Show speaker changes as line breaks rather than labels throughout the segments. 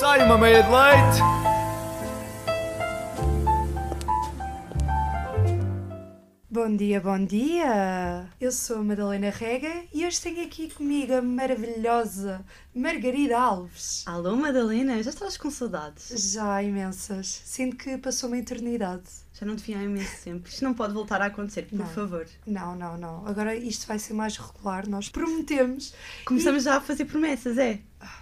time, I made it late.
Bom dia, bom dia! Eu sou a Madalena Rega e hoje tenho aqui comigo a maravilhosa Margarida Alves.
Alô, Madalena, já estavas com saudades?
Já há imensas, sendo que passou uma eternidade.
Já não te vi há imenso tempo. Isto não pode voltar a acontecer, por
Não.
favor.
Não, não, não. Agora isto vai ser mais regular, nós prometemos.
Começamos já a fazer promessas, é?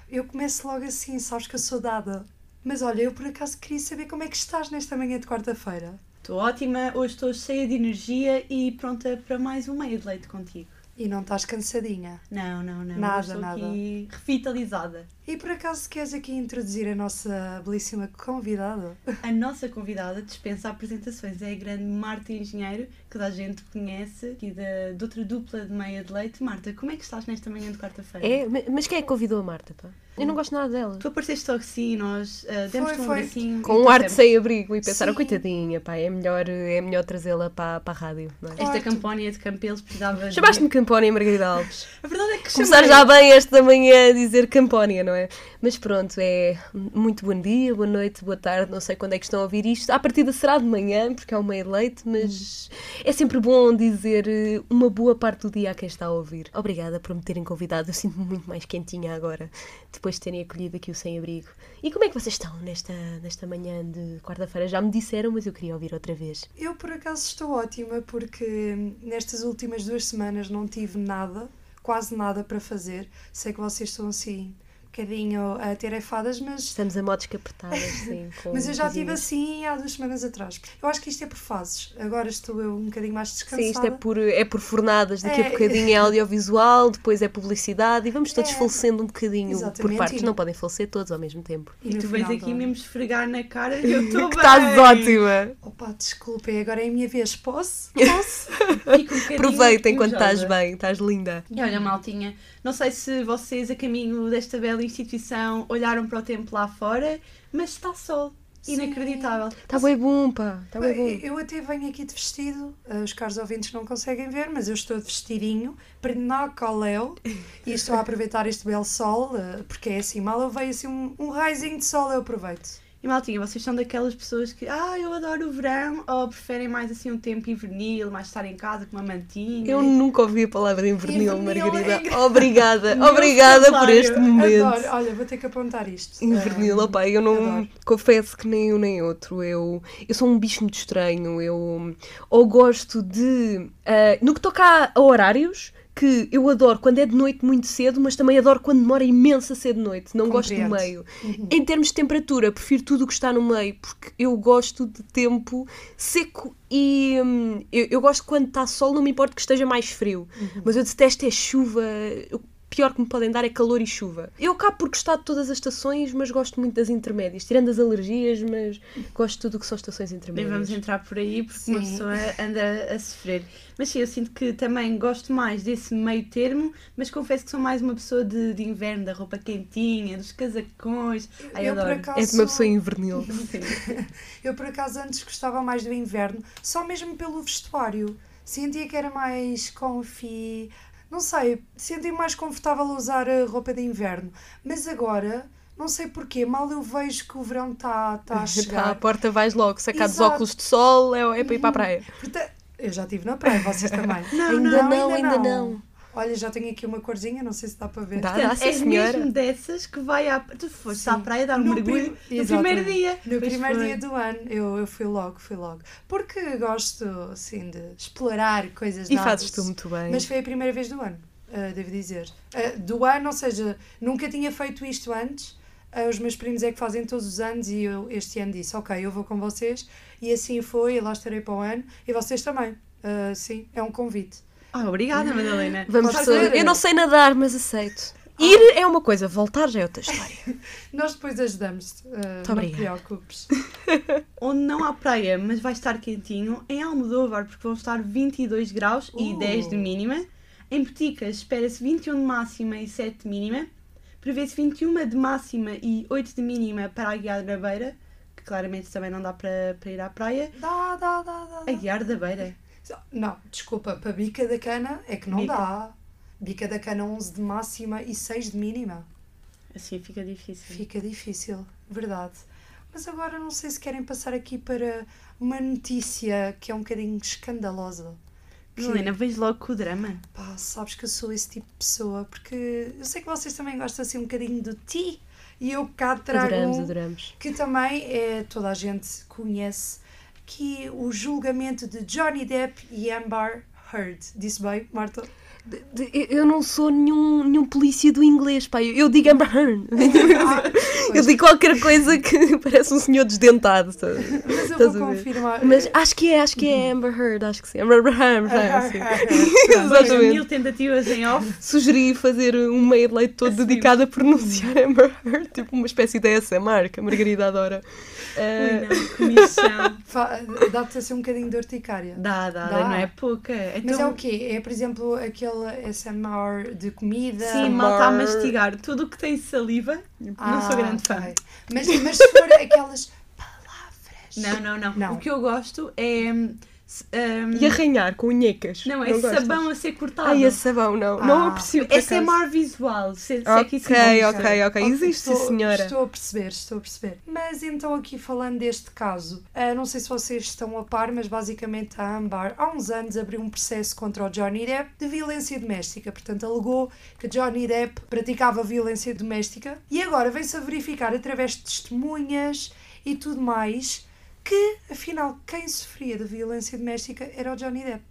Eu começo logo assim, sabes que eu sou dada. Mas olha, eu por acaso queria saber como é que estás nesta manhã de quarta-feira.
Estou ótima, hoje estou cheia de energia e pronta para mais um meio de leite contigo.
E não estás cansadinha.
Não, não, não.
Nada,
hoje estou
nada.
aqui revitalizada.
E por acaso queres aqui introduzir a nossa belíssima convidada?
A nossa convidada dispensa apresentações. É a grande Marta Engenheiro, que toda a gente conhece, aqui da, de outra dupla de meia de leite. Marta, como é que estás nesta manhã de quarta-feira?
É? Ma- Mas quem é que convidou a Marta, pá? Eu não gosto nada dela.
Tu apareceste só assim e nós ah, demos-te
Foi,
um
foi.
abracinho. e
Com um ar de
trouxemos.
sem abrigo e pensaram,
Sim.
coitadinha, pá, é melhor, é melhor trazê-la para, para a rádio. não é?
Esta
Claro.
campanha de Campelos precisava. de-
Chamaste-me Campónia Margarida Alves.
A verdade é que
Começar
chamei.
já bem este da manhã a dizer Campónia, não é? Mas pronto, é muito bom dia, boa noite, boa tarde, não sei quando é que estão a ouvir isto. À partida será de manhã, porque é um meio leite, mas
Uhum.
é sempre bom dizer eh, uma boa parte do dia a quem está a ouvir. Obrigada por me terem convidado, eu sinto-me muito mais quentinha agora, depois de terem acolhido aqui o sem-abrigo. E como é que vocês estão nesta, nesta manhã de quarta-feira? Já me disseram, mas eu queria ouvir outra vez.
Eu por acaso estou ótima porque hum, nestas últimas duas semanas não tive nada, quase nada para fazer. Sei que vocês estão assim um bocadinho a tarefadas, mas,
Estamos a modos que apertadas, sim. com
mas eu já estive
coisinhas.
assim há duas semanas atrás. Eu acho que isto é por fases. Agora estou eu um bocadinho mais descansada.
Sim, isto é por, é por fornadas, daqui
É.
a bocadinho é audiovisual, depois é publicidade e vamos todos
É.
falecendo um bocadinho
Exatamente,
por partes,
e-
não podem falecer todos ao mesmo tempo.
no
E tu vens
final
aqui
do ano.
mesmo esfregar na cara que eu estou bem.
Estás ótima!
Opa, desculpem, agora é a minha vez. Posso?
Fico um bocadinho
Aproveita enquanto
invejosa.
estás bem, estás linda.
E olha, maltinha, não sei se vocês a caminho desta bela instituição olharam para o tempo lá fora, mas está sol.
Sim.
Inacreditável.
Está bem Tá bom, pá, está bem bom.
Eu até venho aqui de vestido, eh, os caros ouvintes não conseguem ver, mas eu estou de vestidinho, prenoco ao léu e estou a aproveitar este belo sol, eh, porque é assim, mal eu vejo assim um, um raizinho de sol, eu aproveito.
E maltinha, vocês são daquelas pessoas que, ah, eu adoro o verão, ou preferem mais assim um tempo invernil, mais estar em casa com uma mantinha.
Eu nunca ouvi a palavra invernil,
Invernil é
Margarida.
engra-
Obrigada,
Meu
obrigada por
salário.
este
Um
momento.
Adoro, olha, vou ter que apontar isto.
Invernil,
Eh,
opa, eu não
adoro.
confesso que nem um nem outro. Eu, eu sou um bicho muito estranho. Eu ou gosto de. ah, no que toca a- a horários, que eu adoro quando é de noite muito cedo, mas também adoro quando demora imensa cedo de noite. Não gosto
Compreendo.
do meio.
Uhum.
Em termos de temperatura, prefiro tudo o que está no meio, porque eu gosto de tempo seco e hum, eu, eu gosto quando está sol, não me importa que esteja mais frio.
Uhum.
Mas eu detesto é chuva. O pior que me podem dar é calor e chuva. Eu acabo por gostar de todas as estações, mas gosto muito das intermédias, tirando as alergias, mas gosto de tudo o que são estações
Nem
intermédias.
vamos entrar por aí porque uma
Sim.
pessoa anda a sofrer. Mas sim, eu sinto que também gosto mais desse meio termo, mas confesso que sou mais uma pessoa de, de inverno, da roupa quentinha, dos casacões. Ai,
eu, por
adoro.
acaso,
É de uma pessoa invernil.
eu por acaso antes gostava mais do inverno, só mesmo pelo vestuário. Sentia que era mais confi. Não sei, sentia mais confortável a usar a roupa de inverno. Mas agora, não sei porquê, mal eu vejo que o verão está tá a
Pá, à
chegar.
porta vais logo, sacar os
Exato.
óculos de sol, é, é para ir para a praia.
Porta- eu já estive na praia, vocês também.
Ainda não, ainda não.
Olha, já tenho aqui uma corzinha, não sei se dá para ver.
Dá. Ah,
Portanto,
sim,
és
senhora.
mesmo dessas que vai à. Tu foste
Sim.
à praia dar um
No
mergulho
prim-
no
Exatamente.
primeiro dia.
No
Pois
primeiro
foi.
dia do ano, eu, eu fui logo, fui logo. Porque gosto, assim, de explorar coisas
E
novas.
fazes tu muito bem.
Mas foi a primeira vez do ano, ah, devo dizer. Ah, do ano, ou seja, nunca tinha feito isto antes. Ah, os meus primos é que fazem todos os anos e eu este ano disse, ok, eu vou com vocês. E assim foi, e lá estarei para o ano. E vocês também. Ah, sim, é um convite.
Ah, obrigada, Madalena.
Vamos
Sabes
todos.
que-
Eu não sei nadar, mas aceito. Ir é uma coisa, voltar já é outra história.
Nós depois ajudamos-te, ah, não te
obrigada.
preocupes.
Onde não há praia, mas vai estar quentinho, em Almodóvar, porque vão estar 22 graus e
Uh.
10 de mínima. Em Peticas, espera-se 21 de máxima e 7 de mínima. Prevê-se 21 de máxima e 8 de mínima para a Guiar da Beira, que claramente também não dá para, para ir à praia.
Dá, dá, dá, dá.
A Guiar da Beira.
Não, desculpa, para bica da cana é que não
Bica.
dá. Bica da cana 11 de máxima e 6 de mínima.
Assim fica difícil.
Fica difícil, verdade. Mas agora não sei se querem passar aqui para uma notícia que é um bocadinho escandalosa. Que,
Helena, vejo logo com o drama.
pá, sabes que eu sou esse tipo de pessoa, porque eu sei que vocês também gostam assim um bocadinho do ti e eu cá trago
Adoramos,
um
adoramos.
que também é, toda a gente conhece, que o julgamento de Johnny Depp e Amber Heard. Disse bem, Marta?
De- de- eu- eu não sou nenhum, nenhum polícia do inglês, pá. Eu, eu digo Amber Heard.
Ah,
eu
pois.
digo qualquer coisa que parece um senhor desdentado. sabe?
Mas eu
Estás
vou
a ver?
confirmar.
Mas acho que é, acho que é Amber Heard, acho que sim. Amber Heard, Amber Heard, sim.
Depois de
Exatamente.
mil tentativas em off,
Sugeri fazer um meio leite todo
Assim.
dedicado a pronunciar Amber Heard, tipo uma espécie de essa marca, Margarida adora.
ui,
Ah,
não, Eh, comissão.
Fa- Dá-te assim um bocadinho de urticária.
Dá, dá,
Dá.
dá, não é pouca. Então,
Mas é o quê? É, por exemplo, aquele SMR de comida?
Sim, mal está a
Mar-
mastigar tudo o que tem saliva.
Ah,
não sou grande fã.
ok. Mas, mas se for aquelas palavras...
Não, não, não,
Não.
O que eu gosto é. hum, s- hum,
e arranhar com unhecas.
Não, é
gostas?
sabão a ser cortado.
Ai, esse sabão, não.
Ah.
não aprecio. por
Esse é
acaso.
mar visual. Se, se é que isso
Ok,
existe.
ok, ok.
Ok,
Existe, sim,
estou,
senhora.
Estou a perceber, estou a perceber. Mas então aqui falando deste caso, ah, não sei se vocês estão a par, mas basicamente a Ambar há uns anos abriu um processo contra o Johnny Depp de violência doméstica. Portanto, alegou que Johnny Depp praticava violência doméstica e agora vem-se a verificar através de testemunhas e tudo mais que, afinal, quem sofria de violência doméstica era o Johnny Depp.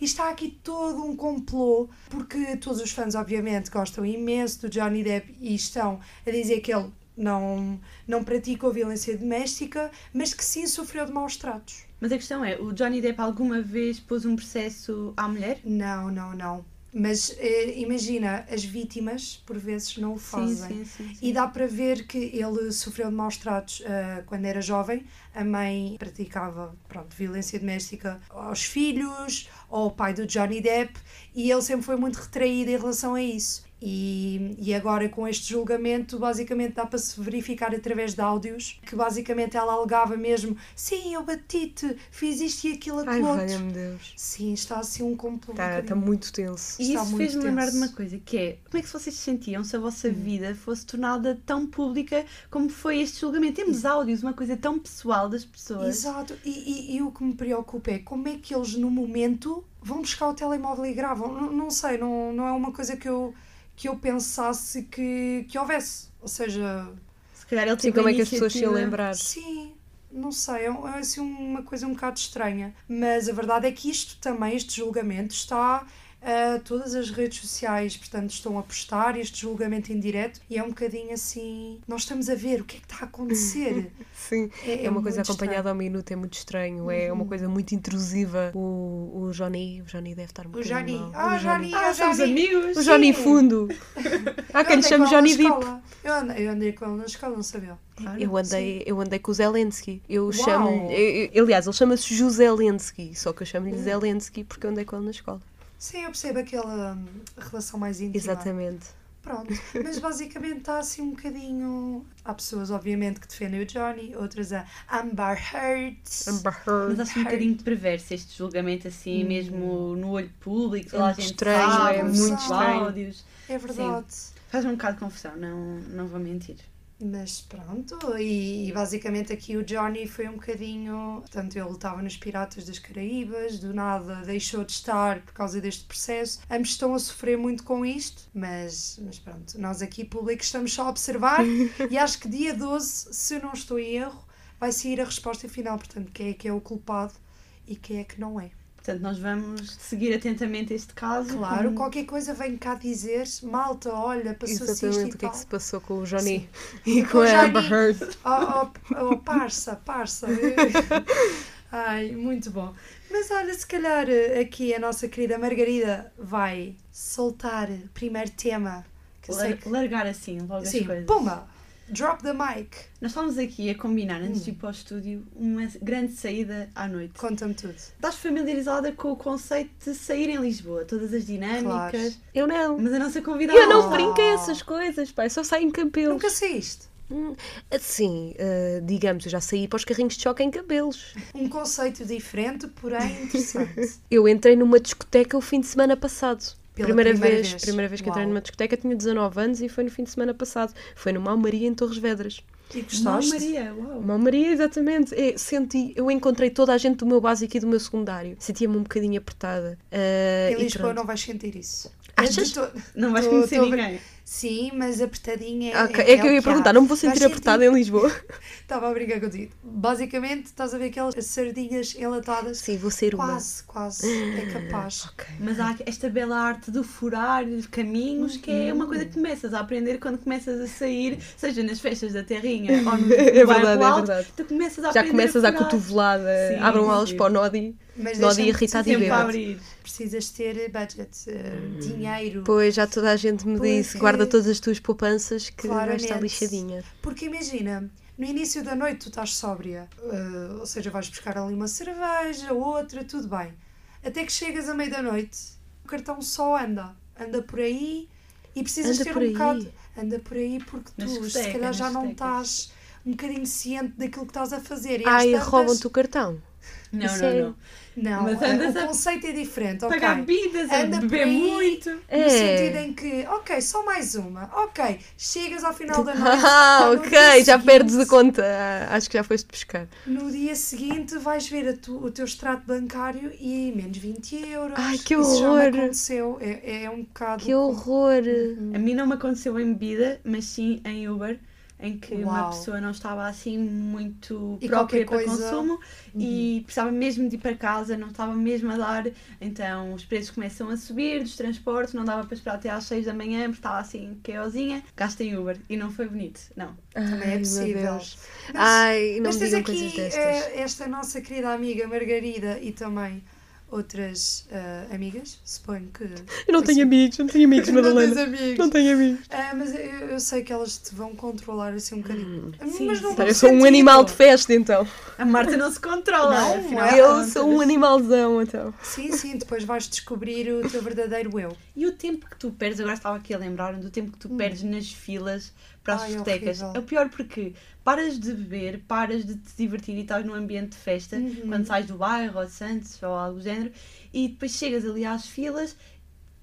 E está aqui todo um complô, porque todos os fãs, obviamente, gostam imenso do Johnny Depp e estão a dizer que ele não, não praticou violência doméstica, mas que sim sofreu de maus tratos.
Mas a questão é: o Johnny Depp alguma vez pôs um processo à mulher?
Não, não, não. Mas eh, imagina, as vítimas por vezes não o fazem.
Sim, sim, sim. sim.
E dá para ver que ele sofreu de maus tratos ah, quando era jovem. A mãe praticava pronto, violência doméstica aos filhos, ao pai do Johnny Depp, e ele sempre foi muito retraído em relação a isso. E, e agora com este julgamento, basicamente dá para se verificar através de áudios que basicamente ela alegava mesmo: sim, eu bati-te, fiz isto e aquilo,
Ai,
aquilo outro.
valha-me Deus.
Sim, está assim um complô.
Está tá muito tenso.
E
Está
isso
muito
fez-me lembrar de
tenso. Hum.
uma coisa, que é como é que vocês se sentiam se a vossa vida fosse tornada tão pública como foi este julgamento? Temos áudios, uma coisa tão pessoal das pessoas.
Exato, e, e, e o que me preocupa é como é que eles no momento vão buscar o telemóvel e gravam. Não, não sei, não, não é uma coisa que eu, que eu pensasse que, que houvesse. Ou seja,
Se calhar ele
Sim,
teve
como
a
é que as pessoas se iam
iniciativa.
lembrar?
sim, não sei, é, um- é assim uma coisa um bocado estranha. Mas a verdade é que isto também, este julgamento, está. a todas as redes sociais, portanto, estão a postar este julgamento em direto e é um bocadinho assim. Nós estamos a ver o que é que está a acontecer.
Sim. É uma coisa
muito Uhum.
acompanhada ao minuto, é muito estranho, é uma coisa muito intrusiva. O, o Johnny, o Johnny deve estar um
estranho. O Johnny.
bocadinho mal.
Ah, Johnny,
Ah,
ah,
somos
Johnny.
amigos!
O Johnny
Sim.
Fundo. Há quem lhe
andei
chame
com ela na
Johnny Deep.
escola. Eu andei, eu andei com ele na escola, não sabia.
Claro.
Eu andei, eu andei com o Zelensky. Eu chamo.
Uau.
eu- eu- aliás, ele chama-se José Zelensky, só que eu chamo-lhe Zelensky porque eu andei com ele na escola.
Hum. Sim, eu percebo aquela hum, relação mais íntima.
Exatamente.
Pronto. Mas basicamente está assim um bocadinho. Há pessoas, obviamente, que defendem o Johnny, outras a Amber Heard.
Amber
Mas
Heard.
acho um bocadinho perverso este julgamento assim, mesmo no olho público, toda
É
a
muito
gente
estranho,
sabe,
é
ouve
muito
os
estranho.
áudios.
É verdade.
Faz-me um bocado de confusão, não, não vou mentir.
Mas pronto, e, e basicamente aqui o Johnny foi um bocadinho. Portanto, ele estava nos Piratas das Caraíbas, do nada deixou de estar por causa deste processo. Ambos estão a sofrer muito com isto, mas, mas pronto, nós aqui, público, estamos só a observar. e acho que dia 12, se eu não estou em erro, vai sair a resposta final. Portanto, quem é que é o culpado e quem é que não é.
Portanto, nós vamos seguir atentamente este caso.
Claro,
Uhum.
como-
qualquer coisa vem cá dizer: malta, olha, passou-se isto e
Exatamente o que é
tal.
que se passou com o Johnny e com
Com o
a Amber
Johnny.
Heard.
Oh, oh, oh, parça, parça. Ai, muito bom. Mas olha, se calhar eh, aqui a nossa querida Margarida vai soltar o primeiro tema. Que eu sei
Lar-
que...
largar assim logo as
Sim,
coisas.
pumba! Drop the mic.
Nós estávamos aqui a combinar, antes de ir para o estúdio, uma grande saída à noite.
Conta-me tudo.
Estás familiarizada com o conceito de sair em Lisboa, todas as dinâmicas.
Eu não.
Mas a nossa convidada. é
Eu não
Oh.
brinco a essas coisas, pai. Só saio em cabelos.
Nunca saíste.
Assim, ah, digamos, eu já saí para os carrinhos de choque em cabelos.
Um conceito diferente, porém interessante.
Eu entrei numa discoteca o fim de semana passado.
Pela
primeira, vez, primeira vez que entrei numa discoteca tinha 19 anos e foi no fim de semana passado. Foi no Malmaria em Torres Vedras.
E gostaste?
Maria, uau.
Malmaria, exatamente. É, senti, eu encontrei toda a gente do meu básico e do meu secundário. Sentia-me um bocadinho apertada. Ah,
Em
e
Lisboa
pronto.
não vais sentir isso. É
Achas?
De to-
Não vais
Tô-
conhecer
tô a brin-
ninguém.
Sim, mas apertadinha é-
Ok, é que eu
o
ia
há.
perguntar, não me vou sentir
Vais
apertada em Lisboa?
Estava a brincar contigo. Basicamente, estás a ver aquelas sardinhas enlatadas.
Sim, vou ser uma.
Quase, quase. É capaz.
Ok.
Mas há esta bela arte do furar de caminhos que é uma
Uhum.
coisa que começas a aprender quando começas a sair, seja nas festas da terrinha ou no
É
bairro
verdade, é
alto,
verdade.
tu começas a
Já
aprender
começas
a
à
furar.
cotovelada.
Sim,
Abram aulas
sim.
para o Nodi.
Mas
Nodi
deixa-me
irritado e
dizer
Sempre a
bêbado.
abrir.
Precisas ter budget, eh, dinheiro.
Uhum. Pois já toda a gente me
Porque-
disse: guarda todas as tuas poupanças que vais estar
Claramente.
lixadinha.
Porque imagina, no início da noite tu estás sóbria, eh, ou seja, vais buscar ali uma cerveja, outra, tudo bem. Até que chegas à meia-noite, o cartão só anda. Anda por aí e precisas
Anda
ter
por
um
aí.
bocado. Anda por aí porque
Na
tu, se
discoteca,
calhar,
nas
já não
discotecas.
estás um bocadinho ciente daquilo que estás a fazer. E às
Ai,
tantas-
roubam-te o cartão.
Não, não,
Sério?
não.
Não,
Mas
eh,
andas a-
o conceito é diferente. ok.
Pagar bebidas,
Anda
a
por
beber
aí.
muito.
No
É.
sentido em que, ok, só mais uma, ok, chegas ao final da noite.
Ah,
no
ok,
dia
já perdes a
seguinte-
conta. Ah, Acho que já foste pescar.
No dia seguinte vais ver a tu- o teu extrato bancário e menos 20 euros.
Ai, que
Isso já me
horror.
aconteceu, é, é um bocado.
Que horror!
A mim não me aconteceu em bebida, mas sim em Uber, em que uma
Uau.
pessoa não estava assim muito
E
própria
qualquer
para
coisa. uhum.
consumo e precisava mesmo de ir para casa, não estava mesmo a dar, então os preços começam a subir dos transportes, não dava para esperar até às 6 da manhã porque estava assim chaosinha. Gastem Uber e não foi bonito, não.
Também
é possível. Mas-
Ai, não
Mas
me
tens
digam
aqui
coisas destas.
eh, esta nossa querida amiga Margarida e também outras eh, amigas, suponho que.
Eu não tenho amigos, não tenho amigos,
não tens
Madalena.
amigos.
Não tenho amigos.
Ah, mas eu, eu sei que elas te vão controlar assim um bocadinho.
Hum, Sim,
mas não tipo,
sim.
vão
Eu sou um
sentir.
animal de festa, então.
A Marta não se controla,
Não,
afinal de
Eu
contas.
sou um animalzão, então.
Sim, sim, depois vais descobrir o teu verdadeiro eu.
E o tempo que tu perdes, agora estava aqui a lembrar-me do tempo que tu perdes nas filas para as
Hum. Ai, é
discotecas. É,
horrível.
o pior porque paras de beber, paras de te divertir e estás num ambiente de festa,
Uhum.
quando sais do bairro ou de Santos ou algo do género, e depois chegas ali às filas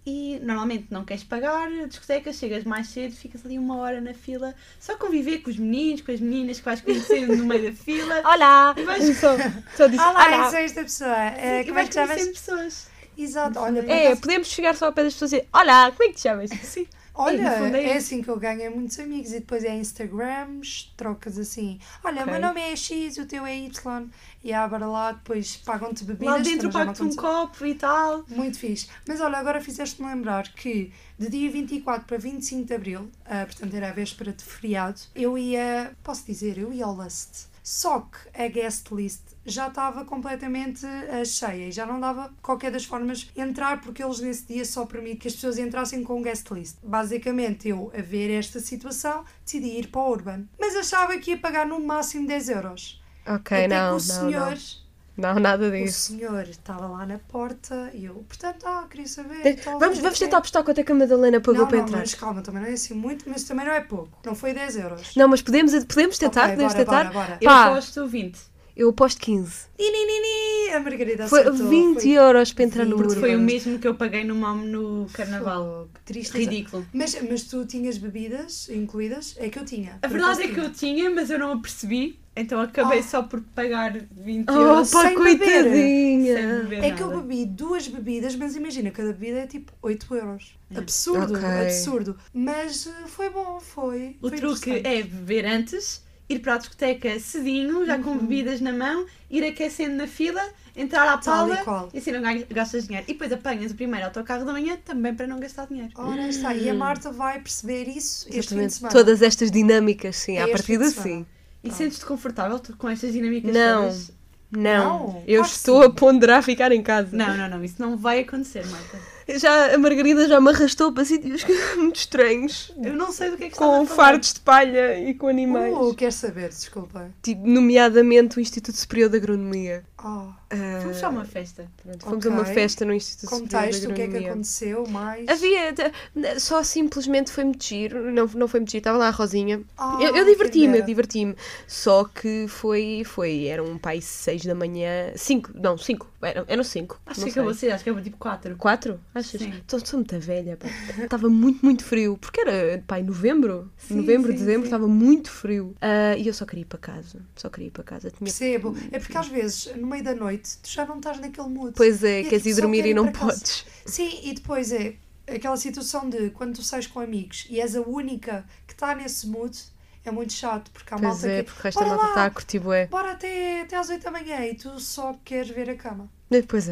e normalmente não queres pagar, a discoteca, chegas mais cedo, ficas ali uma hora na fila, só conviver com os meninos, com as meninas que vais conhecendo no meio da fila.
Olá!
E vais-
Só, só disse,
Olá, eu
olá.
sou esta pessoa. Eh,
e
como é
vais
que te chamas?
conhecendo pessoas.
Exato, olha, por
É,
acaso-
podemos chegar só ao pé das pessoas e dizer, olá, como é que te chamas?
Sim.
olha,
no fundo é
é
isso.
assim que eu ganho muitos amigos e depois é Instagrams, trocas assim. Olha, o
Ok.
meu nome é X, o teu é Y. E abra lá, depois pagam-te bebidas.
Lá dentro
também já me
pago-te um
aconteceu.
copo e tal.
Muito fixe. Mas olha, agora fizeste-me lembrar que de dia 24 para 25 de Abril, ah, portanto era a véspera de feriado, eu ia, posso dizer, eu ia ao Lust. Só que a guest list já estava completamente ah, cheia e já não dava, de qualquer das formas, entrar, porque eles nesse dia só permitem que as pessoas entrassem com guest list. Basicamente, eu, a ver esta situação, decidi ir para o Urban. Mas achava que ia pagar no máximo 10 euros.
Ok,
Até que
não,
o
não,
senhor.
não. Não, nada
O
disso.
senhor estava lá na porta e eu, portanto, ah, queria saber.
Tem-
talvez,
Vamos, vamos
ok.
tentar apostar quanto é que a Madalena pagou
não,
para
não,
entrar.
Mas calma, também não é assim muito, mas também não é pouco. Não foi 10 euros.
Não, mas podemos, podemos tentar,
Ok,
podemos
bora,
tentar.
bora, bora.
Eu
Pá,
gosto 20.
eu aposto 15.
Ni, ni, ni, ni, a Margarida
Foi
acertou.
20
foi...
euros para entrar no
Porque um
Urban.
Foi o mesmo que eu paguei no mamo no carnaval. é
Fogo, que tristeza.
Ridículo.
Mas, mas tu tinhas bebidas incluídas? É que eu tinha.
A
Por acaso
verdade é que
tinha.
eu tinha, mas eu não a percebi. Então acabei
Oh.
só por pagar 20
Oh,
euros
pá,
sem beber.
sem
coitadinha.
beber
É que eu
nada.
bebi duas bebidas, mas imagina, cada bebida é tipo 8 euros.
É.
Absurdo,
Ok.
absurdo. Mas eh, foi bom, foi.
O
foi
truque
interessante.
é beber antes, ir para a discoteca cedinho, já com bebidas na mão, ir aquecendo na fila, entrar à
Tal e
pala
qual.
e assim não ganha- gastas dinheiro. E depois apanhas o primeiro autocarro da manhã também para não gastar dinheiro.
Ora está, e a Marta vai perceber isso este fim de
Exatamente.
semana.
Todas estas dinâmicas, sim,
É
à
este
partida
fim de semana.
sim.
E sentes-te confortável tu, com estas dinâmicas
Não.
todas?
Não,
Não,
eu
claro que
estou
sim.
a ponderar ficar em casa.
Não, não, não, isso não vai acontecer, Marta.
Já, a Margarida já me arrastou para sítios muito estranhos.
Eu não sei do que é que
Com Oh,
estás a falar.
fardos de palha e com animais.
Uh, quer saber, desculpa.
Tipo, nomeadamente o Instituto Superior de Agronomia.
Oh,
Fomos só a uma festa.
Pronto, fomos a uma
Ok.
festa no Instituto
contexto,
Superior
o que
de
é que
Agronomia.
aconteceu mais?
Havia, t- só simplesmente foi-me giro, não, não foi-me giro, estava lá a Rosinha.
Ah,
eu eu diverti-me, eu
quem dera.
diverti-me. Só que foi, foi, era um pai seis da manhã, cinco, não, cinco, eram, eram cinco.
Acho
não
que
sei.
acabou cedo, acho que acabou tipo 4.
Quatro? Achas?
Sim.
Estou sou muito velha, pá. Estava muito, muito frio. Porque era, pá, em novembro?
Sim,
novembro,
sim,
dezembro,
sim.
estava muito frio. Ah, e eu só queria ir para casa. Só queria ir para casa. Tinha...
Percebo. É porque às vezes, no meio da noite, tu já não estás naquele mood.
Pois é,
E é
queres
tipo,
ir
só
dormir
quero
e
ir
não
para casa.
podes.
Sim, e depois é aquela situação de quando tu sais com amigos e és a única que está nesse mood, é muito chato, porque há
Pois
malta que
é, porque o resto da
Bora
malta
lá.
está a curtir bué.
bora até, até às 8 da manhã e tu só queres ver a cama,
É, Pois é, pois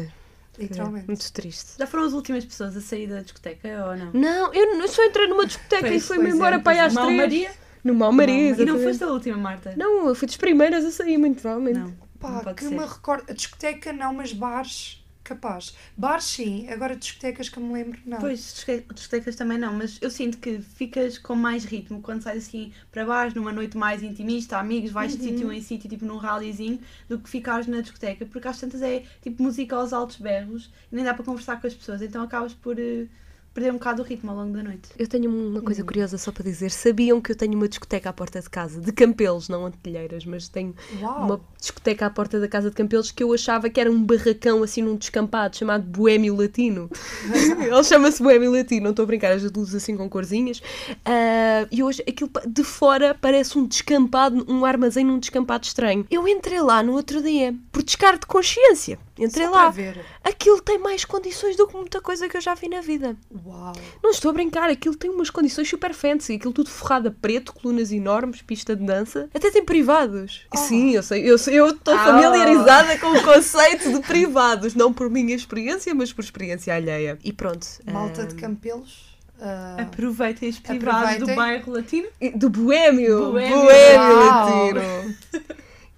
é.
literalmente.
Muito triste.
Já foram as últimas pessoas a sair da discoteca ou não?
Não, eu não- eu só entrei numa discoteca e
Pois,
fui-me
pois é,
embora para aí
pois é.
às
Mau
três.
Maria?
No Mal Maria.
E não
exatamente.
foste a última, Marta?
Não, eu fui das primeiras a sair, muito provavelmente.
Não, não
Pá,
pode
que
ser.
me recordo. Discoteca não, mas bares, capaz. Bares sim, agora discotecas que eu me lembro, não.
Pois, discote- discotecas também não, mas eu sinto que ficas com mais ritmo quando sais assim para baixo, numa noite mais intimista, amigos, vais de sítio em sítio, tipo num rallyzinho, do que ficares na discoteca, porque às tantas é tipo música aos altos berros e nem dá para conversar com as pessoas, então acabas por eh, perder um bocado o ritmo ao longo da noite.
Eu tenho uma
Hum.
coisa curiosa só para dizer. Sabiam que eu tenho uma discoteca à porta de casa? De Campelos, não Antilheiras, mas tenho
Uau!
uma discoteca à porta da casa de Campelos que eu achava que era um barracão assim num descampado chamado Boêmio Latino. Ele chama-se Boêmio Latino, não estou a brincar, as luzes assim com corzinhas. Ah, e hoje aquilo pa- de fora parece um descampado, um armazém num descampado estranho. Eu entrei lá no outro dia, por descarte de consciência. Entrei
Só
lá.
para ver.
Aquilo tem mais condições do que muita coisa que eu já vi na vida.
Uau!
Não estou a brincar, aquilo tem umas condições super fancy, aquilo tudo forrado a preto, colunas enormes, pista de dança, até tem privados.
Oh.
Sim, eu sei, eu sei- eu estou
Oh.
familiarizada com o conceito de privados, não por minha experiência, mas por experiência alheia. E pronto.
Malta de
ah,
Campelos. ah,
Aproveitem os privados do
Aproveitem.
bairro latino.
e- do Boêmio!
Boêmio.
Boêmio
Uau.
Latino!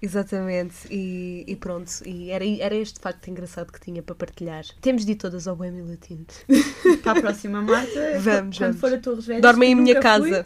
Exatamente, e, e pronto, e era, era este facto engraçado que tinha para partilhar. Temos de ir todas ao Boêmio Latino.
Para a próxima, Marta,
Vamos,
quando
vamos.
for a Torres Vedras,
Dormem
que
em minha
nunca fui,
casa.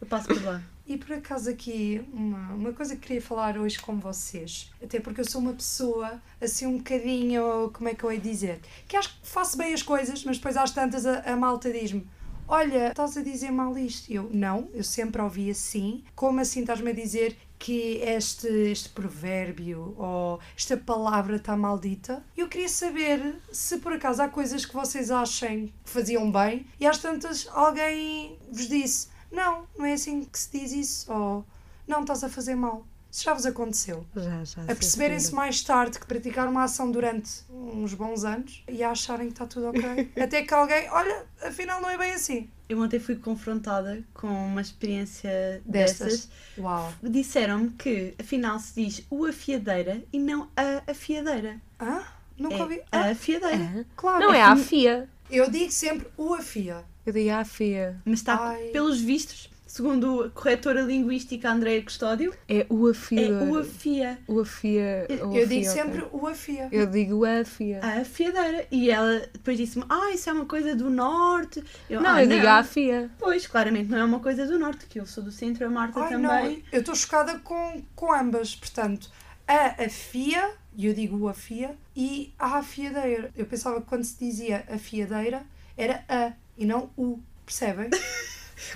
eu passo por lá.
E por acaso aqui uma, uma coisa que queria falar hoje com vocês, até porque eu sou uma pessoa assim um bocadinho, como é que eu ia dizer, que acho que faço bem as coisas, mas depois às tantas a, a malta diz-me, olha, estás a dizer mal isto. E Eu, não, eu sempre ouvi assim, como assim estás-me a dizer que este, este provérbio ou esta palavra está maldita? Eu queria saber se por acaso há coisas que vocês achem que faziam bem e às tantas alguém vos disse não, não é assim que se diz isso. Ou não, estás a fazer mal. Isso já vos aconteceu.
Já, já.
A perceberem-se mais tarde que praticaram uma ação durante uns bons anos e a acharem que está tudo ok. Até que alguém, olha, afinal não é bem assim.
Eu ontem fui confrontada com uma experiência
Destas.
dessas
Uau.
Disseram-me que afinal se diz o afiadeira e não a afiadeira.
Hã? Nunca
É
ouvi.
a
Ah,
afiadeira.
claro.
Não é a FIA.
Eu digo sempre o afia.
Eu dei à FIA.
Mas está,
Ai.
pelos vistos, segundo a corretora linguística Andreia Custódio,
É o afia.
é o afia,
O afia. o
Eu digo
afia, ok.
sempre o afia.
Eu digo afia.
a afiadeira. E ela depois disse-me, ah, isso é uma coisa do norte. Eu,
Não,
"Ah,
eu digo afia.
Pois, claramente não é uma coisa do norte, que eu sou do centro, a Marta
Ai, não,
também.
eu estou chocada com, com ambas, portanto, a afia, e eu digo a fia, e a afiadeira. Eu pensava que quando se dizia afiadeira era a e não o, percebem?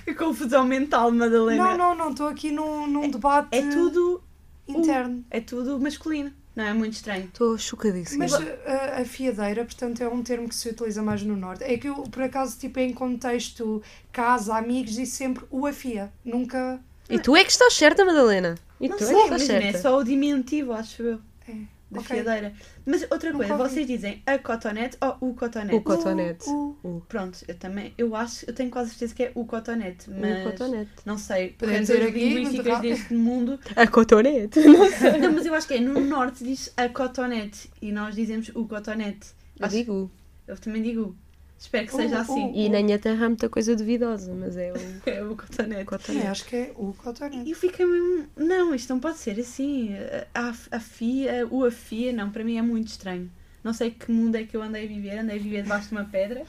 Que confusão mental, Madalena.
não, não, não, estou aqui num, num debate
É tudo,
interno.
é tudo masculino. Não é muito estranho.
Estou chocadíssima.
Mas a afiadeira, portanto, é um termo que se utiliza mais no norte. É que eu, por acaso, tipo, em contexto casa, amigos, diz sempre o afia. Nunca.
E tu é que estás certa, Madalena. E
Não
tu
sei,
é que estás
imagina, é
certa.
só o diminutivo, acho eu.
É,
Da
ok.
fiadeira. Mas outra
Nunca
coisa,
ouvi.
vocês dizem a cotonete ou o cotonete?
O Cotonete.
O, o.
Pronto, eu também, eu acho, eu tenho quase certeza que é o cotonete, mas
O cotonete.
não sei,
Podemos
corretoras
ir aqui,
linguísticas
Portugal.
deste mundo.
A cotonete.
não, mas eu acho que é, no norte diz a cotonete e nós dizemos o cotonete.
Eu
Acho-
digo.
Eu também digo. Espero que
O,
seja
o,
assim.
E na minha terra há muita coisa duvidosa, mas é o
É o cotonete.
É,
cotonete.
acho que é o cotonete.
E eu fiquei mesmo, não, isto não pode ser assim. A, a FIA, o AFIA, não, para mim é muito estranho. Não sei que mundo é que eu andei a viver, andei a viver debaixo de uma pedra,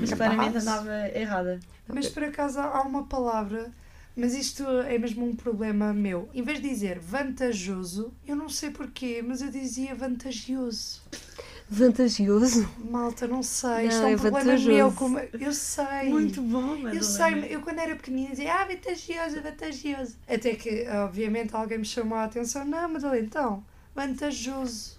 mas claramente
Hum, Capaz.
Tá
andava errada.
Mas por acaso há uma palavra Mas isto é mesmo um problema meu. Em vez de dizer vantajoso, eu não sei porquê, mas eu dizia vantajoso.
Vantajoso.
Malta, não sei. Isto é um
Não, é
problema
vantajoso.
meu. Como... Eu sei.
Muito bom, Madalena.
Eu sei, eu quando era pequenina dizia, ah, vantajoso, vantajoso. Até que, obviamente, alguém me chamou a atenção. Não, Madalena, então, vantajoso.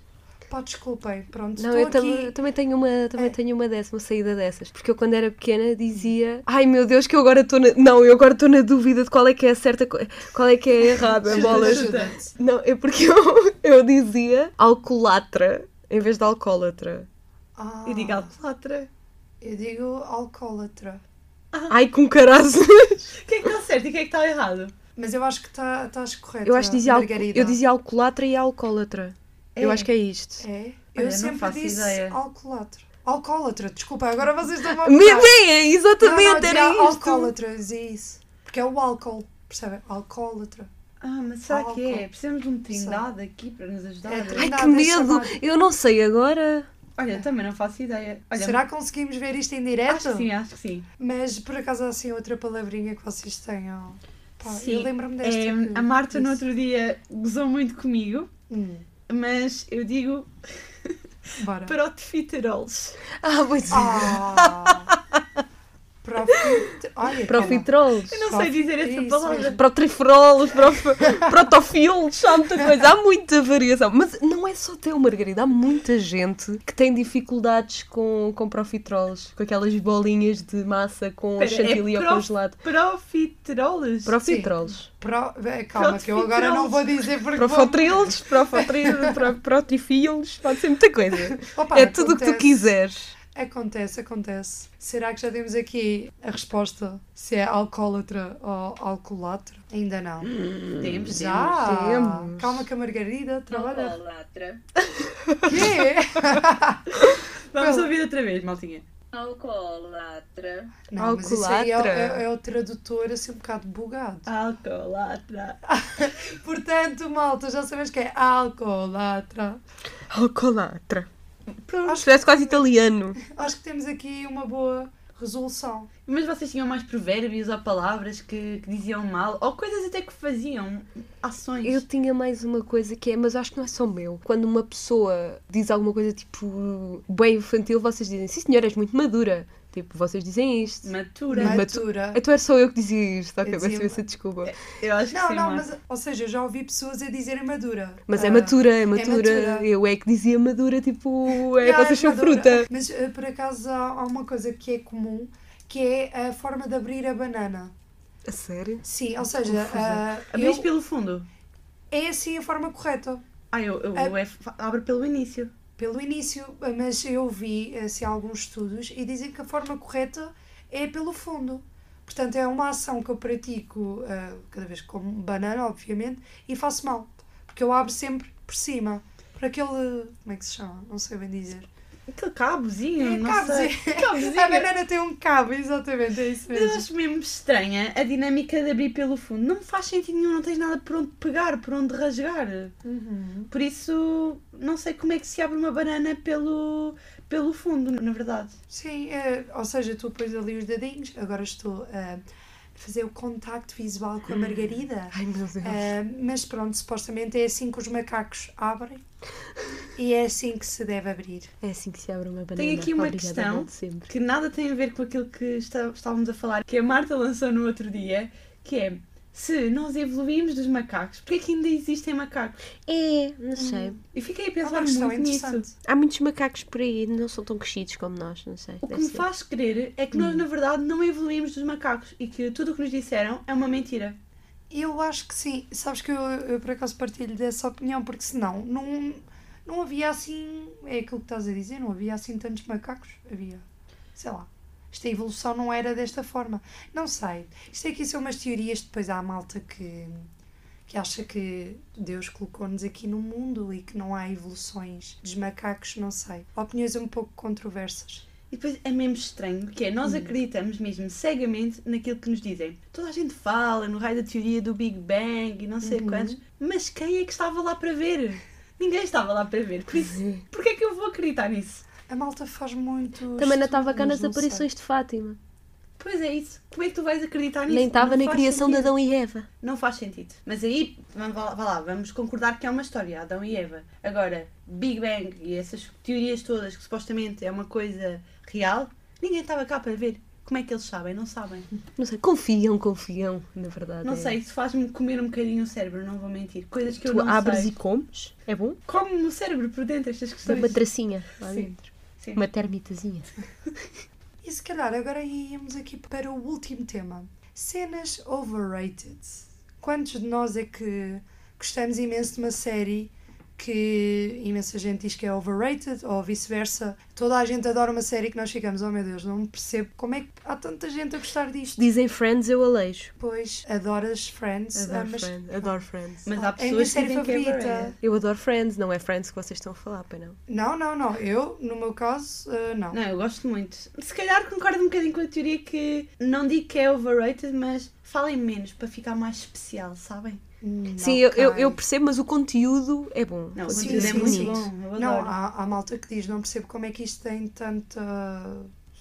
Pá, desculpem, pronto,
Não,
estou
eu
aqui.
tam- eu também tenho uma, também
É.
tenho uma dessa, uma saída dessas. Porque eu quando era pequena dizia, ai meu Deus, que eu agora estou na. Não, eu agora estou na dúvida de qual é que é a certa, co- qual é que é a errada,
Ajuda,
bolas.
ajuda.
Não, é porque eu, eu dizia alcoolatra em vez de alcoólatra.
Ah,
E diga alcoólatra.
eu digo alcoólatra. Ah.
Ai, com caras.
O que é que está certo e o que é que está errado?
Mas eu acho que tá- estás correta,
Eu acho que dizia, alco-
Margarida.
eu dizia alcoolatra e alcoólatra. Eu
É.
acho que é isto.
É?
Olha,
Eu
não
sempre
faço
disse
ideia.
alcoólatra. Alcoólatra, desculpa, agora vocês estão a
Me-
mudar.
bem, é,
Não, não,
exatamente,
dizia
era isto.
alcoólatra, dizia isso. Porque é o álcool, percebem? Alcoólatra.
Ah, mas será que é?
Álcool.
Precisamos de um trindade aqui para nos ajudar.
É,
Ai, que
Nada,
medo.
chamada.
Eu não sei agora.
Olha, também não faço ideia. Olha,
Será é que conseguimos ver isto em direto?
Acho que sim, acho que sim.
Mas por acaso há assim outra palavrinha que vocês tenham. Pá,
Sim,
eu lembro-me desta.
Em,
que-
a Marta no
disse.
outro dia gozou muito comigo,
Hum,
mas eu digo
bora.
profiteroles.
Ah, pois é.
Ah! Profit.
é.
Olha, cara.
Profiteroles.
Eu não sei dizer essa
Isso
palavra.
mesmo.
Protriferoles, prof... protofilos, há muita coisa, há muita variação. Mas não é só teu, Margarida, há muita gente que tem dificuldades com, com profiteroles, com aquelas bolinhas de massa com
Espera,
chantilly
é
ou
prof-
congelado.
Profiteroles.
Profiteroles.
Pro... eh, Calma, que eu agora não vou dizer porque. vou-
Profotriles, profotriles, pro- protrifilos, pode ser muita coisa.
Opa,
é tudo o que tu
acontece.
quiseres.
Acontece, acontece. Será que já temos aqui a resposta se é alcoólatra ou alcoolatra? Ainda não. Hum.
Temos,
já?
Hum, temos.
Calma que a Margarida trabalha.
Alcoólatra.
Quê?
temos. Vamos
Pronto.
ouvir outra vez, maltinha.
Alcoólatra.
Não, mas isso aí é, o-
Alcoolatra.
é- é o tradutor assim um bocado bugado.
Alcoolatra.
Portanto, malta, já sabemos que é alcoolatra.
Alcolatra. Pronto,
Acho-
parece quase italiano.
Acho que temos aqui uma boa resolução.
Mas vocês tinham mais provérbios ou palavras que, que diziam mal, ou coisas até que faziam, ações.
Eu tinha mais uma coisa que é, mas acho que não é só meu. Quando uma pessoa diz alguma coisa tipo bem infantil, vocês dizem, sim senhora, és muito madura. Tipo, vocês dizem isto.
Matura.
Mas-
Natura.
Então era só eu que dizia isto,
Eu
ok, peço
dizia-
imensa desculpa.
Eu acho que
Não,
sim,
não,
Marta.
mas, ou seja, eu já ouvi pessoas a dizerem madura.
Mas é
Ah,
matura, é matura.
matura.
Eu é que dizia madura, tipo, é,
Yeah,
vocês
é
são
madura.
fruta.
Mas eh, por acaso há há uma coisa que é comum, que é a forma de abrir a banana.
A sério?
Sim, ou seja,
Confusa.
ah,
Abris
eu-
pelo fundo.
é assim a forma correta.
Ah, eu, eu,
Ah.
eu é- fa- abro pelo início.
Pelo início, mas eu vi assim, alguns estudos e dizem que a forma correta é pelo fundo. Portanto, é uma ação que eu pratico ah, cada vez que como banana, obviamente, e faço mal. Porque eu abro sempre por cima. Por aquele. Como é que se chama? Não sei bem dizer.
Aquele cabozinho,
É,
não
cabozinho.
sei. Cabozinho.
A banana tem um cabo, exatamente, é isso
Mas eu
mesmo.
acho mesmo estranha a dinâmica de abrir pelo fundo. Não faz sentido nenhum, não tens nada por onde pegar, por onde rasgar.
Uhum.
Por isso, não sei como é que se abre uma banana pelo, pelo fundo, na verdade.
Sim, eh, ou seja, tu pões ali os dedinhos, agora estou eh, a fazer o contacto visual com a Margarida.
Ai meu Deus.
Eh, mas pronto, supostamente é assim que os macacos abrem e é assim que se deve abrir.
É assim que se abre uma banana.
Tenho aqui uma
Obrigada,
questão.
volto sempre.
Que nada tem a ver com aquilo que está- estávamos a falar, que a Marta lançou no outro dia, que é se nós evoluímos dos macacos, porque é que ainda existem macacos?
É, não sei.
E fiquei a
É uma
pensar
questão
muito nisso.
interessante.
Há muitos macacos por aí, não são tão crescidos como nós, não sei.
O que
deve
me
ser. Hum.
faz crer é que nós, na verdade, não evoluímos dos macacos e que tudo o que nos disseram é uma mentira.
Eu acho que sim. Sabes que eu, eu por acaso partilho dessa opinião, porque senão não, não havia assim. É aquilo que estás a dizer, não havia assim tantos macacos. Havia, sei lá. Esta evolução não era desta forma. Não sei. Isto é aqui são umas teorias. Depois há a malta que, que acha que Deus colocou-nos aqui no mundo e que não há evoluções dos macacos, não sei. Opiniões um pouco controversas.
E depois é mesmo estranho, que é
Hum.
nós acreditamos mesmo cegamente naquilo que nos dizem. Toda a gente fala no raio da teoria do Big Bang e não
Uhum.
sei quantos, mas quem é que estava lá para ver? Ninguém estava lá para ver. Por isso, porquê é que eu vou acreditar nisso?
A malta faz muito.
Também não estava cá nas
estudos, não sei.
aparições de Fátima.
Pois é isso. Como é que tu vais acreditar nisso?
Nem
Não
estava na
faz
criação de
sentido.
Adão e Eva.
Não faz sentido. Mas aí, vamos vá lá, vá lá, vamos concordar que é uma história, Adão e Eva. Agora, Big Bang e essas teorias todas, que supostamente é uma coisa real, ninguém estava cá para ver. Como é que eles sabem? Não sabem.
Não sei, confiam, confiam, na verdade.
Não
é.
sei, isso faz-me comer um bocadinho o cérebro, não vou mentir. Coisas que eu
Tu
não
abres
sei.
e comes, é bom?
Como no cérebro por dentro estas
Dá
questões.
Uma tracinha lá
Sim.
dentro.
Sim.
Uma termitazinha.
E se calhar agora íamos aqui para o último tema. Cenas overrated. Quantos de nós é que gostamos imenso de uma série que imensa gente diz que é overrated ou vice-versa? Toda a gente adora uma série que nós ficamos, oh meu Deus, não percebo como é que há tanta gente a gostar disto.
Dizem Friends, eu aleijo.
Pois adoras Friends,
Ah,
Adoro
amas-
Friends. Adoro Friends.
Mas há
É a minha
pessoas que
série
dizem que é
favorita.
overrated.
Eu adoro Friends, não é Friends que vocês estão a falar, pai não.
Não, não, não. Eu, no meu caso, eh, não.
Não, eu gosto muito. Se calhar concordo um bocadinho com a teoria que não digo que é overrated, mas falem menos para ficar mais especial, sabem?
Não
Sim, eu, eu,
cai.
eu percebo, mas o conteúdo é bom.
Não, o
O
Sim,
conteúdo é
sim,
muito
sim.
bom. Eu
Não,
adoro.
há, há malta que diz, não percebo como é que isto tem tanta,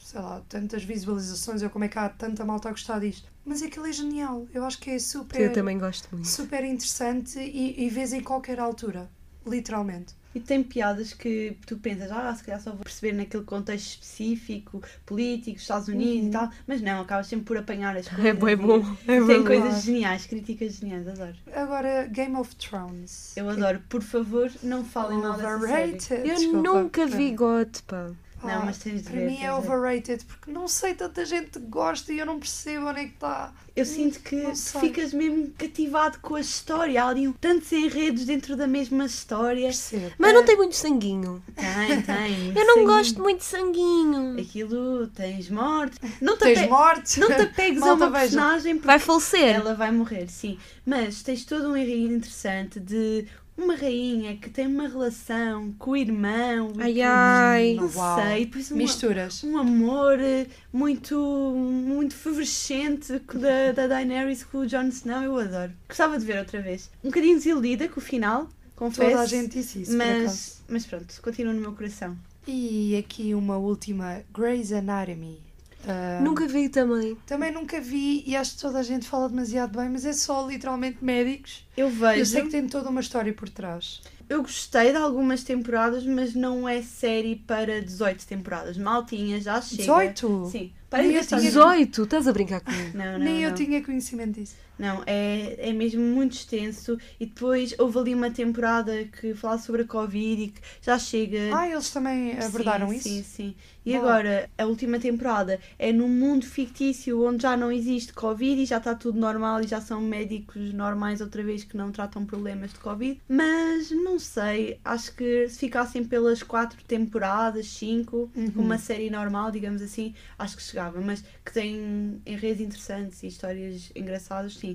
sei lá, tantas visualizações ou como é que há tanta malta a gostar disto. Mas aquilo é genial, eu acho que é
que eu
super,
também gosto muito.
super interessante e, e vês em qualquer altura, literalmente.
E tem piadas que tu pensas, ah, se calhar só vou perceber naquele contexto específico, político, Estados Unidos e tal, mas não, acabas sempre por apanhar as coisas.
Uhum. É bom, é bom. É
Tem
bom.
coisas geniais, críticas geniais, adoro.
Agora, Game of Thrones.
Eu adoro. Por favor, não falem mal dessa série.
Overrated.
Eu
desculpa.
nunca
É.
vi God, pá.
Pá,
Não, mas tens de
Para
ver,
mim
tens
é
de ver.
overrated, porque não sei, tanta gente gosta e eu não percebo onde é que está.
Eu sinto que
não
tu
sei.
ficas mesmo cativado com a história. Há ali um tantos enredos dentro da mesma história.
Percebo.
Mas não tem muito sanguinho.
É Tem, tem.
Eu não
Sim.
gosto muito de
É
sanguinho.
Aquilo, tens morte. Não te,
Tens
ape-
mortes.
não te apegues a
Malta,
uma
vejam.
personagem porque
Vai falecer.
ela vai morrer, sim. Mas tens todo um enredo interessante de uma rainha que tem uma relação com o irmão. e
Ai
que-
ai.
Não
Uau.
sei. Depois uma,
Misturas.
um amor eh, muito, muito favorecente da, da Daenerys com o Jon Snow, eu adoro. Gostava de ver outra vez. Um bocadinho desiludida com o final, confesso.
Toda a gente disse isso, por acaso.
mas, mas pronto, continua no meu coração.
E aqui uma última, Grey's Anatomy. Ah,
Nunca vi também.
Também nunca vi e acho que toda a gente fala demasiado bem, mas é só literalmente médicos.
Eu
Eu sei que
vejo.
tem toda uma história por trás.
Eu gostei de algumas temporadas, mas não é série para 18 temporadas. Maltinha, já chega.
18?
Sim. Para
Nem eu
gastar...
tinha-
18, estás a brincar comigo.
Não, não,
Nem eu
não.
tinha conhecimento disso.
Não, é, é mesmo muito extenso. E depois houve ali uma temporada que falava sobre a Covid e que já chega.
Ah, eles também abordaram
Eh, sim,
isso?
Sim, sim. E
Boa.
agora, a última temporada é num mundo fictício onde já não existe Covid e já está tudo normal e já são médicos normais outra vez que não tratam problemas de Covid. Mas não sei, acho que se ficassem pelas quatro temporadas, cinco,
Uhum.
com uma série normal, digamos assim, acho que chegava. Mas que tem enredos interessantes e histórias engraçadas, sim.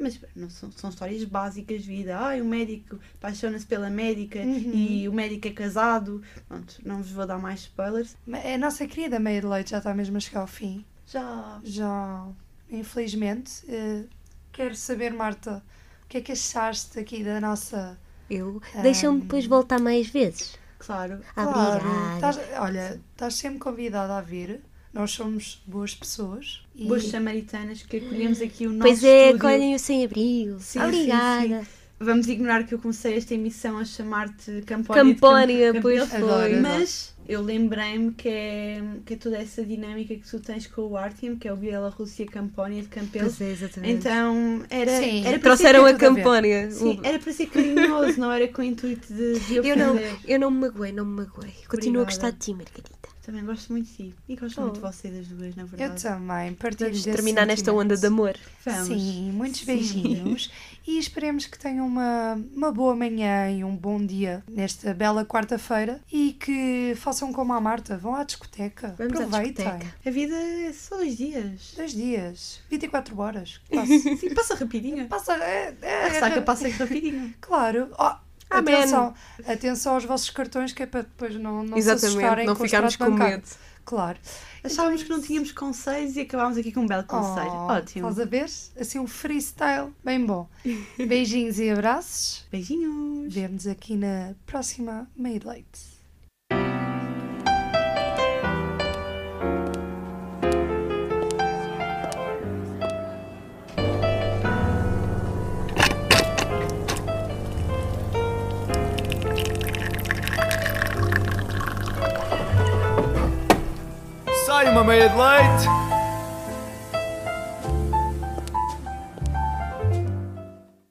Mas não são, são histórias básicas de vida. Ai, o médico apaixona-se pela médica e
Uhum.
o médico é casado. Pronto, não vos vou dar mais spoilers.
Ma- A nossa querida Meia de Leite já está mesmo a chegar ao fim.
Já.
Já, infelizmente. eh, quero saber, Marta, o que é que achaste aqui da nossa...
Eu.
Ah.
Deixam-me depois voltar mais vezes.
Claro.
Obrigada.
Estás- olha, estás sempre convidada a vir. Nós somos boas pessoas. E...
Boas samaritanas que acolhemos aqui o nosso
Pois é,
estúdio.
colhem o sem-abrigo.
Sim,
Obrigada.
sim, Vamos ignorar que eu comecei esta emissão a chamar-te Campónia. de
Campónia,
Camp-
pois
Campeões.
Adoro.
foi.
Mas eu lembrei-me que é, que é toda essa dinâmica que tu tens com o Artem, que é o Bielorrússia Campónia de Campelos.
Pois é, exatamente.
Então era,
Sim.
era para ser
Trouxeram
tem
a
tudo a ver.
campanha.
Sim, é era para ser carinhoso, não era com o intuito de, de
Eu não,
ofender.
eu não me magoei, não me magoei. Continuo a gostar de ti, Margarida.
Também gosto muito de ti. E gosto
Oh.
muito de vocês as duas, na
Eu
verdade.
também. Partilho
é Vamos
desse
terminar nesta onda de
sentimento.
amor.
Vamos.
Sim, muitos
Sim.
beijinhos e esperemos que tenham uma, uma boa manhã e um bom dia nesta bela quarta-feira e que façam como a Marta, vão à discoteca,
Vamos à
aproveitem.
discoteca.
A vida é só dois dias.
Dois dias, 24 horas. que Passa,
Sim, passa rapidinho.
passa, é, é,
A ressaca passa rapidinho.
Claro. Oh,
Amém.
atenção, atenção aos vossos cartões que é para depois não, não se
Exatamente,
assustarem
não
com o
ficarmos
extrato
com
bancário.
medo.
Claro.
Achávamos que não tínhamos conselhos e acabámos aqui com um belo conselho.
Oh,
Ótimo.
Estás a ver? Assim um freestyle bem bom. Beijinhos e abraços.
Beijinhos.
Vemo-nos aqui na próxima Made Late.
made it late.